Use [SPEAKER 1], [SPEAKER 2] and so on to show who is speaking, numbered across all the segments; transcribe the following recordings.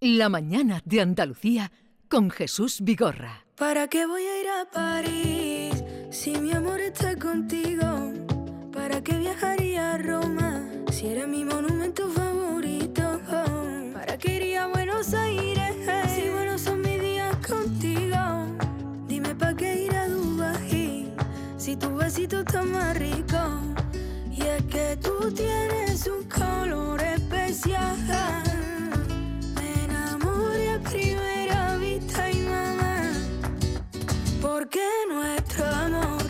[SPEAKER 1] La mañana de Andalucía con Jesús Vigorra.
[SPEAKER 2] ¿Para qué voy a ir a París si mi amor está contigo? ¿Para qué viajaría a Roma si era mi monumento favorito? ¿Para qué iría a Buenos Aires si buenos son mis días contigo? Dime para qué ir a Dubái si tu besito está más rico. Y es que tú tienes un color especial. Me enamoré a primera vista y mamá. Porque nuestro amor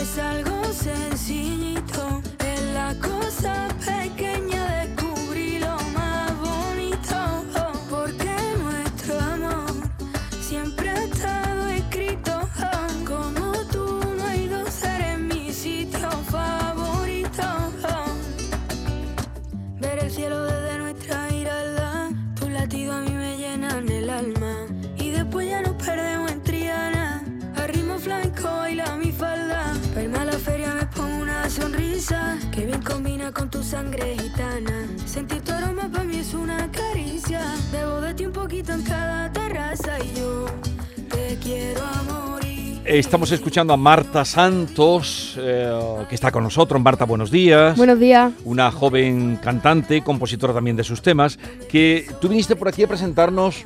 [SPEAKER 2] es algo sencillito, es la cosa pequeña descubrí lo más bonito. Porque nuestro amor siempre ha estado escrito. Como tú no hay dos seres mi sitio favorito. Ver el cielo desde nuestra mirada, tus latidos a mí me llenan el alma. Y después ya nos perdemos en Triana, al ritmo flanco baila mi falda. Para irme a la feria me pongo una sonrisa, que bien combina con tu sangre gitana. Sentir tu aroma para mí es una caricia, debo de ti un poquito en cada terraza y yo te quiero a morir.
[SPEAKER 3] Estamos escuchando a Marta Santos, eh, que está con nosotros. Marta, buenos días.
[SPEAKER 4] Buenos días.
[SPEAKER 3] Una joven cantante, compositora también de sus temas, que tú viniste por aquí a presentarnos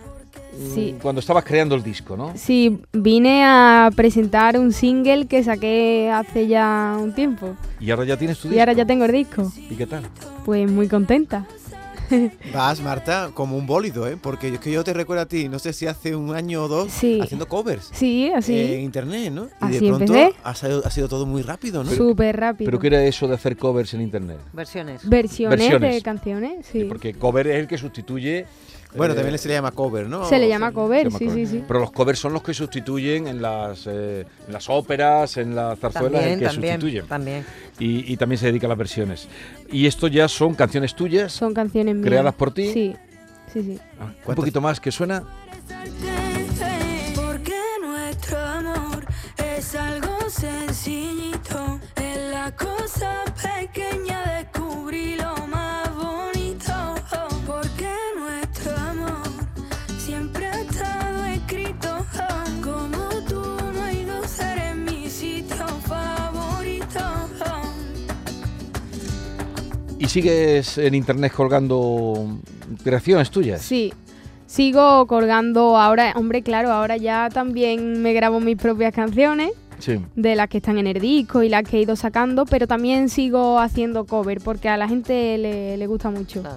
[SPEAKER 3] mm,
[SPEAKER 4] Sí.
[SPEAKER 3] cuando estabas creando el disco, ¿no?
[SPEAKER 4] Sí, vine a presentar un single que saqué hace ya un tiempo.
[SPEAKER 3] Y ahora ya tienes tu disco.
[SPEAKER 4] Y ahora ya tengo el disco.
[SPEAKER 3] ¿Y qué tal?
[SPEAKER 4] Pues muy contenta.
[SPEAKER 5] Vas, Marta, como un bólido, ¿eh? Porque es que yo te recuerdo a ti, no sé si hace un año o dos,
[SPEAKER 4] Sí.
[SPEAKER 5] haciendo covers
[SPEAKER 4] Sí,
[SPEAKER 5] eh, en
[SPEAKER 4] así.
[SPEAKER 5] internet, ¿no? Y
[SPEAKER 4] Así
[SPEAKER 5] de pronto
[SPEAKER 4] empecé.
[SPEAKER 5] ha salido- ha sido todo muy rápido, ¿no?
[SPEAKER 4] Súper rápido.
[SPEAKER 3] ¿Pero qué era eso de hacer covers en internet?
[SPEAKER 6] Versiones.
[SPEAKER 4] Versiones, de
[SPEAKER 3] Versiones.
[SPEAKER 4] canciones, sí.
[SPEAKER 3] Porque cover es el que sustituye.
[SPEAKER 5] Bueno,
[SPEAKER 3] eh,
[SPEAKER 5] también se le llama cover, ¿no?
[SPEAKER 4] Se le llama
[SPEAKER 3] se
[SPEAKER 4] cover,
[SPEAKER 3] llama
[SPEAKER 4] sí,
[SPEAKER 3] cover.
[SPEAKER 4] sí, sí.
[SPEAKER 3] Pero los covers son los que sustituyen en las, eh, en las óperas, en las zarzuelas, el
[SPEAKER 6] También,
[SPEAKER 3] que
[SPEAKER 6] también,
[SPEAKER 3] sustituyen.
[SPEAKER 6] también.
[SPEAKER 3] Y, y también se dedica a las versiones. Y esto ya son canciones tuyas.
[SPEAKER 4] Son canciones mías.
[SPEAKER 3] ¿Creadas por ti?
[SPEAKER 4] Sí, sí, sí.
[SPEAKER 3] Ah, Un
[SPEAKER 5] ¿Cuántas?
[SPEAKER 3] poquito más que suena.
[SPEAKER 2] Porque nuestro amor es algo sencillito, es la cosa pequeña descubrí lo más bonito. Porque nuestro amor siempre ha estado escrito, como tú no hay dos seres mi sitio favorito.
[SPEAKER 3] ¿Y sigues en internet colgando creaciones tuyas?
[SPEAKER 4] Sí. Sigo colgando ahora, hombre, claro, ahora ya también me grabo mis propias canciones.
[SPEAKER 3] Sí.
[SPEAKER 4] de las que están en el disco y las que he ido sacando, pero también sigo haciendo cover porque a la gente le, le gusta mucho.
[SPEAKER 6] Claro.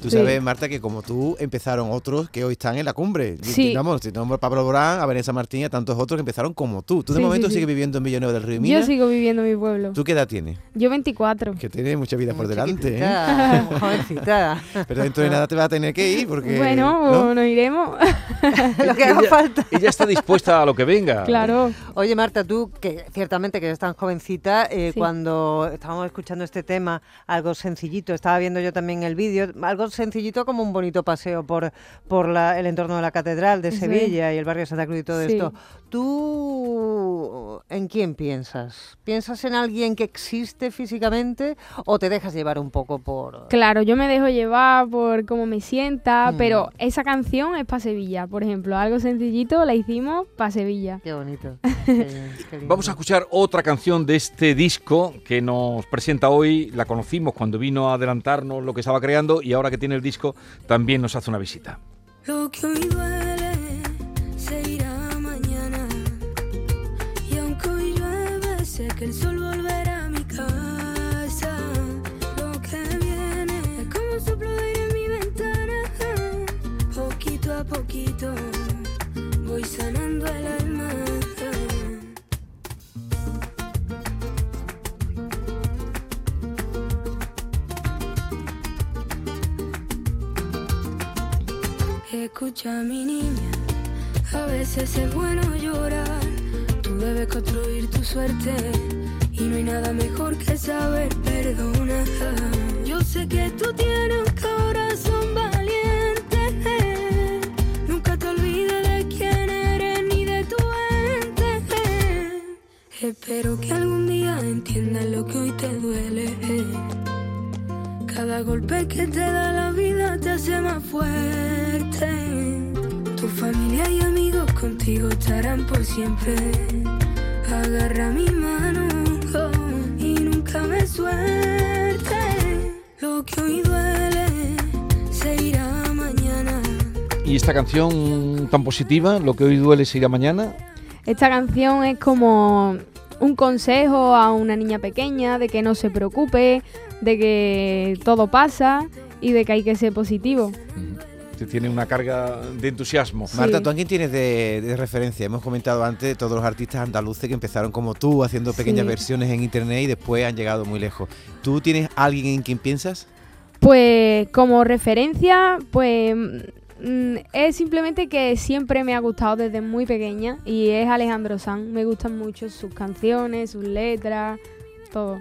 [SPEAKER 5] Tú
[SPEAKER 4] Sí.
[SPEAKER 5] sabes, Marta, que como tú empezaron otros que hoy están en la cumbre. Y
[SPEAKER 4] Sí.
[SPEAKER 5] Digamos, si tenemos a Pablo Borán, a Vanessa Martín y a tantos otros que empezaron como tú. Tú de
[SPEAKER 4] Sí, sí,
[SPEAKER 5] momento
[SPEAKER 4] sí.
[SPEAKER 5] sigues viviendo en Villanueva del Río y
[SPEAKER 4] Yo
[SPEAKER 5] Minas.
[SPEAKER 4] sigo viviendo mi pueblo.
[SPEAKER 5] ¿Tú qué edad tienes?
[SPEAKER 4] Yo 24.
[SPEAKER 5] Que tienes mucha vida por
[SPEAKER 6] Muy
[SPEAKER 5] delante, ¿eh?
[SPEAKER 6] chiquitita, muy jovencita.
[SPEAKER 5] Pero dentro de nada te vas a tener que ir porque...
[SPEAKER 4] bueno,
[SPEAKER 5] ¿no?
[SPEAKER 4] nos iremos.
[SPEAKER 6] Lo que haga
[SPEAKER 3] ella,
[SPEAKER 6] falta.
[SPEAKER 3] ella está dispuesta a lo que venga.
[SPEAKER 4] claro.
[SPEAKER 6] Oye, Marta, tú, que ciertamente que eres tan jovencita, eh,
[SPEAKER 4] Sí.
[SPEAKER 6] cuando estábamos escuchando este tema, algo sencillito, estaba viendo yo también el vídeo, algo sencillito como un bonito paseo por, por la- el entorno de la Catedral de
[SPEAKER 4] Sí.
[SPEAKER 6] Sevilla y el barrio Santa Cruz y todo
[SPEAKER 4] Sí.
[SPEAKER 6] esto. ¿Tú en quién piensas? ¿Piensas en alguien que existe físicamente o te dejas llevar un poco por...?
[SPEAKER 4] Claro, yo me dejo llevar por cómo me sienta,
[SPEAKER 6] Mm.
[SPEAKER 4] pero esa canción es para Sevilla, por ejemplo. Algo sencillito la hicimos para Sevilla.
[SPEAKER 6] Qué bonito. qué- qué lindo.
[SPEAKER 3] Vamos a escuchar otra canción de este disco que nos presenta hoy. La conocimos cuando vino a adelantarnos lo que estaba creando y ahora que tiene el disco también nos hace una visita.
[SPEAKER 2] Lo que hoy duele se irá mañana. Y aunque hoy llueve, sé que el sol volverá a mi casa. Lo que viene es como un soplo de aire en mi ventana. Poquito a poquito voy sanando el alma. Escucha mi niña, a veces es bueno llorar. Tú debes construir tu suerte y no hay nada mejor que saber perdonar. Yo sé que tú tienes un corazón valiente. Nunca te olvides de quién eres ni de tu ente. Espero que algún día entiendas lo que hoy te duele. Cada golpe que te da la vida te hace más fuerte. familia y amigos contigo estarán por siempre. Agarra mi mano oh, y nunca me suelte. Lo que hoy duele se irá mañana.
[SPEAKER 3] ¿Y esta canción tan positiva, lo que hoy duele se irá mañana?
[SPEAKER 4] Esta canción es como un consejo a una niña pequeña de que no se preocupe, de que todo pasa y de que hay que ser positivo.
[SPEAKER 3] Que Tiene una carga de entusiasmo.
[SPEAKER 5] Marta,
[SPEAKER 4] Sí.
[SPEAKER 5] ¿tú a quién tienes de, de referencia? Hemos comentado antes todos los artistas andaluces que empezaron como tú, haciendo pequeñas
[SPEAKER 4] Sí.
[SPEAKER 5] versiones en internet y después han llegado muy lejos. ¿Tú tienes alguien en quien piensas?
[SPEAKER 4] Pues como referencia, pues mm, es simplemente que siempre me ha gustado desde muy pequeña y es Alejandro Sanz. Me gustan mucho sus canciones, sus letras, todo.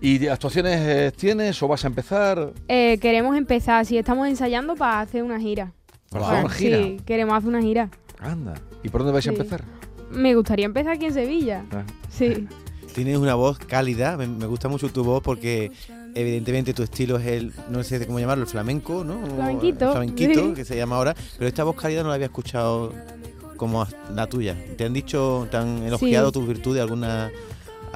[SPEAKER 3] ¿Y de actuaciones eh, tienes o vas a empezar?
[SPEAKER 4] Eh, queremos empezar, si estamos ensayando para hacer una gira.
[SPEAKER 3] ¿Para
[SPEAKER 5] Wow.
[SPEAKER 3] hacer
[SPEAKER 5] Ah,
[SPEAKER 3] una gira?
[SPEAKER 4] Sí, queremos hacer una gira.
[SPEAKER 3] Anda. ¿Y por dónde vais a
[SPEAKER 4] Sí.
[SPEAKER 3] empezar?
[SPEAKER 4] Me gustaría empezar aquí en Sevilla.
[SPEAKER 3] Ah.
[SPEAKER 4] Sí,
[SPEAKER 5] Tienes una voz cálida, me, me gusta mucho tu voz porque evidentemente tu estilo es el, no sé cómo llamarlo, el flamenco, ¿no? O
[SPEAKER 4] Flamenquito,
[SPEAKER 5] el flamenquito,
[SPEAKER 4] sí.
[SPEAKER 5] que se llama ahora, pero esta voz cálida no la había escuchado como as- la tuya. ¿Te han dicho, te han elogiado
[SPEAKER 4] Sí.
[SPEAKER 5] tus virtudes alguna,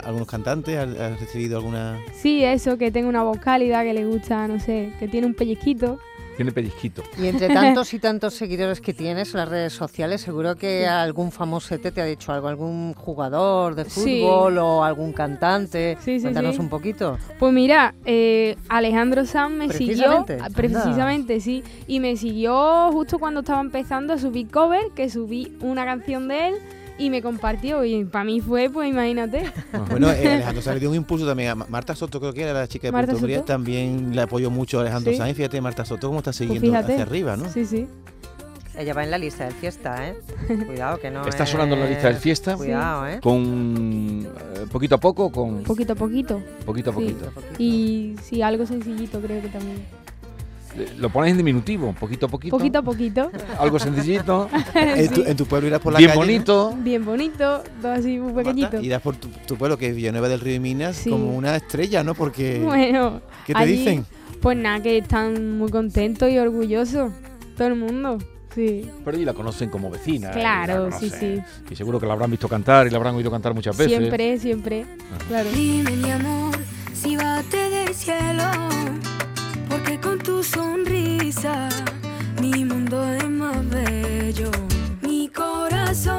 [SPEAKER 5] algunos cantantes? ¿Has, has recibido alguna...?
[SPEAKER 4] sí, eso, que tengo una voz cálida, que le gusta, no sé, que tiene un pellizquito.
[SPEAKER 3] Tiene pellizquito.
[SPEAKER 6] Y entre tantos y tantos seguidores que tienes en las redes sociales, seguro que algún famosete te ha dicho algo, algún jugador de
[SPEAKER 4] Sí.
[SPEAKER 6] fútbol o algún cantante.
[SPEAKER 4] Sí, sí,
[SPEAKER 6] Cuéntanos
[SPEAKER 4] sí.
[SPEAKER 6] un poquito.
[SPEAKER 4] Pues mira, eh, Alejandro Sanz me siguió,
[SPEAKER 6] Precisamente,
[SPEAKER 4] ah,
[SPEAKER 6] anda.
[SPEAKER 4] precisamente sí, y me siguió justo cuando estaba empezando a subir cover, que subí una canción de él y me compartió y para mí fue, pues imagínate.
[SPEAKER 5] Bueno, eh, Alejandro Sanz le dio un impulso también a Ma- Marta Soto, creo que era la chica de
[SPEAKER 4] Marta
[SPEAKER 5] Puerto Rico,
[SPEAKER 4] Soto.
[SPEAKER 5] también le apoyó mucho a Alejandro
[SPEAKER 4] Sí.
[SPEAKER 5] Sanz. Fíjate, Marta Soto, cómo está
[SPEAKER 4] Pues
[SPEAKER 5] siguiendo
[SPEAKER 4] fíjate.
[SPEAKER 5] hacia arriba, ¿no?
[SPEAKER 4] Sí, sí.
[SPEAKER 6] Ella va en la lista del fiesta, ¿eh? Cuidado que no.
[SPEAKER 3] Está sonando en la lista del fiesta
[SPEAKER 6] Cuidado, ¿eh?
[SPEAKER 3] con eh, poquito a poco, con
[SPEAKER 4] Poquito a poquito.
[SPEAKER 3] poquito a
[SPEAKER 4] Sí.
[SPEAKER 3] poquito.
[SPEAKER 4] Y sí, algo sencillito creo que también.
[SPEAKER 3] Eh, Lo pones en diminutivo, poquito a poquito.
[SPEAKER 4] Poquito a poquito.
[SPEAKER 3] Algo sencillito,
[SPEAKER 5] En, tu,
[SPEAKER 4] Sí.
[SPEAKER 5] en tu pueblo irás por la
[SPEAKER 3] bien
[SPEAKER 5] calle, ¿no?
[SPEAKER 3] bonito.
[SPEAKER 4] Bien bonito, todo así muy
[SPEAKER 5] Marta,
[SPEAKER 4] pequeñito.
[SPEAKER 5] Irás por tu, tu pueblo, que es Villanueva del Río y Minas,
[SPEAKER 4] Sí.
[SPEAKER 5] como una estrella, ¿no? Porque...
[SPEAKER 4] Bueno,
[SPEAKER 5] ¿Qué te
[SPEAKER 4] allí-
[SPEAKER 5] dicen?
[SPEAKER 4] Pues nada, que están muy contentos y orgullosos. Todo el mundo. Sí.
[SPEAKER 3] Pero y la conocen como vecina. y la
[SPEAKER 4] Claro, sí,
[SPEAKER 3] conocen.
[SPEAKER 4] sí.
[SPEAKER 3] Y seguro que la habrán visto cantar y la habrán oído cantar muchas veces.
[SPEAKER 4] Siempre, siempre. Claro.
[SPEAKER 2] Dime, mi amor, si bate del cielo, porque con tu sonrisa mi mundo es más bello. Mi corazón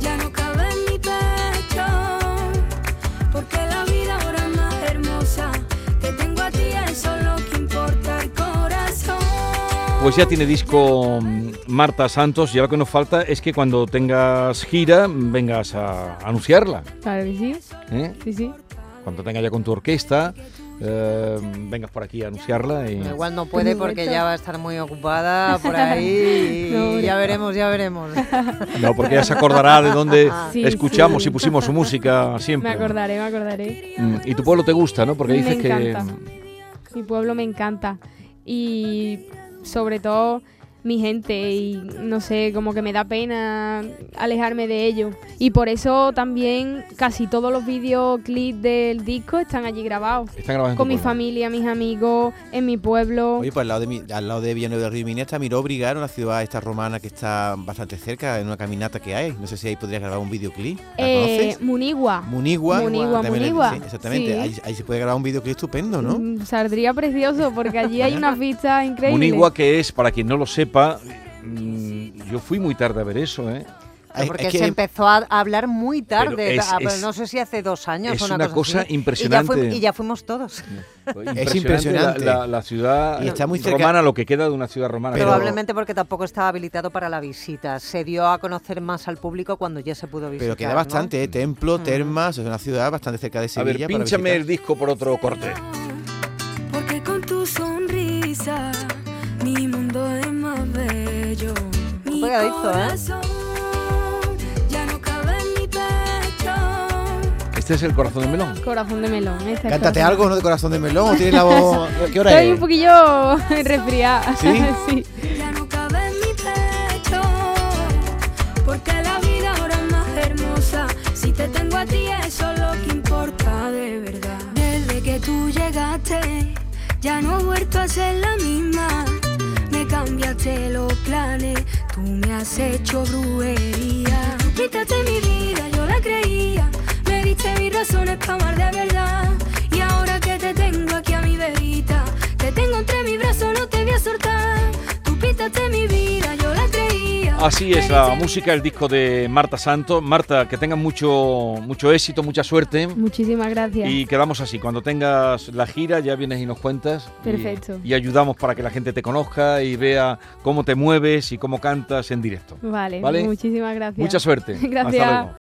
[SPEAKER 2] ya no cabe en mi pecho, porque la vida ahora es más hermosa. Te tengo a ti, eso es lo que importa, el corazón.
[SPEAKER 3] Pues ya tiene disco mm, Marta Santos y ahora lo que nos falta es que cuando tengas gira mm, vengas a anunciarla.
[SPEAKER 4] Claro que sí.
[SPEAKER 3] ¿eh?
[SPEAKER 4] Sí, sí.
[SPEAKER 3] Cuando tengas ya con tu orquesta, eh, vengas por aquí a anunciarla. Y...
[SPEAKER 6] Bueno, Igual no puede porque ya va a estar muy ocupada por ahí. y
[SPEAKER 4] No,
[SPEAKER 6] ya
[SPEAKER 4] no.
[SPEAKER 6] veremos, ya veremos.
[SPEAKER 3] No, porque ya se acordará de dónde
[SPEAKER 4] Ah, Sí,
[SPEAKER 3] escuchamos
[SPEAKER 4] sí.
[SPEAKER 3] y pusimos su música
[SPEAKER 4] Me
[SPEAKER 3] siempre.
[SPEAKER 4] acordaré, me acordaré.
[SPEAKER 3] Mm, Y tu pueblo te gusta, ¿no? Porque
[SPEAKER 4] Me
[SPEAKER 3] dices que...
[SPEAKER 4] encanta. Mi pueblo me encanta. Y sobre todo mi gente. Y no sé, como que me da pena alejarme de ellos. Y por eso también casi todos los videoclips del disco están allí grabados.
[SPEAKER 5] Ah,
[SPEAKER 3] Están grabando en tu
[SPEAKER 4] Con mi
[SPEAKER 3] pueblo.
[SPEAKER 4] familia, mis amigos, en mi pueblo.
[SPEAKER 5] Oye, pues al lado de, mi- al lado de Villanueva del Río y Minas está Miró Brigado, una ciudad esta romana que está bastante cerca, en una caminata que hay. No sé si ahí podrías grabar un videoclip. ¿La
[SPEAKER 4] Eh,
[SPEAKER 5] conoces?
[SPEAKER 4] Munigua.
[SPEAKER 5] Munigua.
[SPEAKER 4] Munigua,
[SPEAKER 5] también la-
[SPEAKER 4] Munigua.
[SPEAKER 5] sí, exactamente.
[SPEAKER 4] Sí.
[SPEAKER 5] Ahí, ahí se puede grabar un videoclip estupendo, ¿no?
[SPEAKER 4] Mm, Saldría precioso porque allí hay unas vistas increíbles.
[SPEAKER 3] Munigua que es, para quien no lo sepa, mm, yo fui muy tarde a ver eso, ¿eh?
[SPEAKER 5] Ah, es-
[SPEAKER 6] Porque
[SPEAKER 5] es que-
[SPEAKER 6] se empezó a hablar muy tarde,
[SPEAKER 3] Pero es-
[SPEAKER 6] ah, pero
[SPEAKER 3] es-
[SPEAKER 6] no sé si hace dos años
[SPEAKER 3] es
[SPEAKER 6] o una,
[SPEAKER 3] una cosa
[SPEAKER 6] así.
[SPEAKER 3] impresionante.
[SPEAKER 6] Y ya, fuim- y ya fuimos todos.
[SPEAKER 5] Es impresionante.
[SPEAKER 3] La, la- la ciudad
[SPEAKER 5] Y está muy cerca-
[SPEAKER 3] romana, lo que queda de una ciudad romana.
[SPEAKER 5] Pero-
[SPEAKER 6] Probablemente porque tampoco estaba habilitado para la visita. Se dio a conocer más al público cuando ya se pudo visitar.
[SPEAKER 5] pero queda
[SPEAKER 6] ¿no?
[SPEAKER 5] bastante, ¿eh? templo, termas, es una ciudad bastante cerca de
[SPEAKER 3] a
[SPEAKER 5] Sevilla.
[SPEAKER 3] ver,
[SPEAKER 5] para
[SPEAKER 3] pínchame el
[SPEAKER 5] visitar.
[SPEAKER 3] disco por otro corte.
[SPEAKER 2] Porque con tu sonrisa mi mundo es más bello. Mi
[SPEAKER 6] Pegadizo, ¿eh?
[SPEAKER 2] corazón ya no cabe en mi pecho.
[SPEAKER 3] Este es el corazón de melón.
[SPEAKER 4] Corazón de melón. este es
[SPEAKER 5] Cántate
[SPEAKER 4] corazón.
[SPEAKER 5] algo, ¿no? De corazón de melón, ¿o tienes la voz. ¿Qué hora
[SPEAKER 4] Estoy
[SPEAKER 5] es?
[SPEAKER 4] un poquillo resfriada.
[SPEAKER 5] ¿Sí?
[SPEAKER 4] Sí.
[SPEAKER 2] Ya no cabe en mi pecho. Porque la vida ahora es más hermosa. Si te tengo a ti, eso es lo que importa de verdad. Desde que tú llegaste, ya no he vuelto a ser la misma. Me cambiaste. rompiste los planes, tú me has hecho brujería. Quitaste mi vida, yo la creía, me diste mis razones para amar de verdad. Y ahora que te tengo aquí a mi bebita, te tengo entre mis brazos, no te voy a soltar. Tú pintaste mi vida, yo la creía.
[SPEAKER 3] Así es
[SPEAKER 2] me
[SPEAKER 3] la
[SPEAKER 2] diste mis
[SPEAKER 3] música, el disco de Marta Santos. Marta, que tengas mucho, mucho éxito, mucha suerte.
[SPEAKER 4] Muchísimas gracias.
[SPEAKER 3] Y quedamos así, cuando tengas la gira ya vienes y nos cuentas. y-
[SPEAKER 4] Perfecto.
[SPEAKER 3] Y, ayudamos para que la gente te conozca y vea cómo te mueves y cómo cantas en directo.
[SPEAKER 4] Vale,
[SPEAKER 3] Vale.
[SPEAKER 4] muchísimas gracias.
[SPEAKER 3] Mucha suerte.
[SPEAKER 4] Gracias.
[SPEAKER 3] Hasta luego.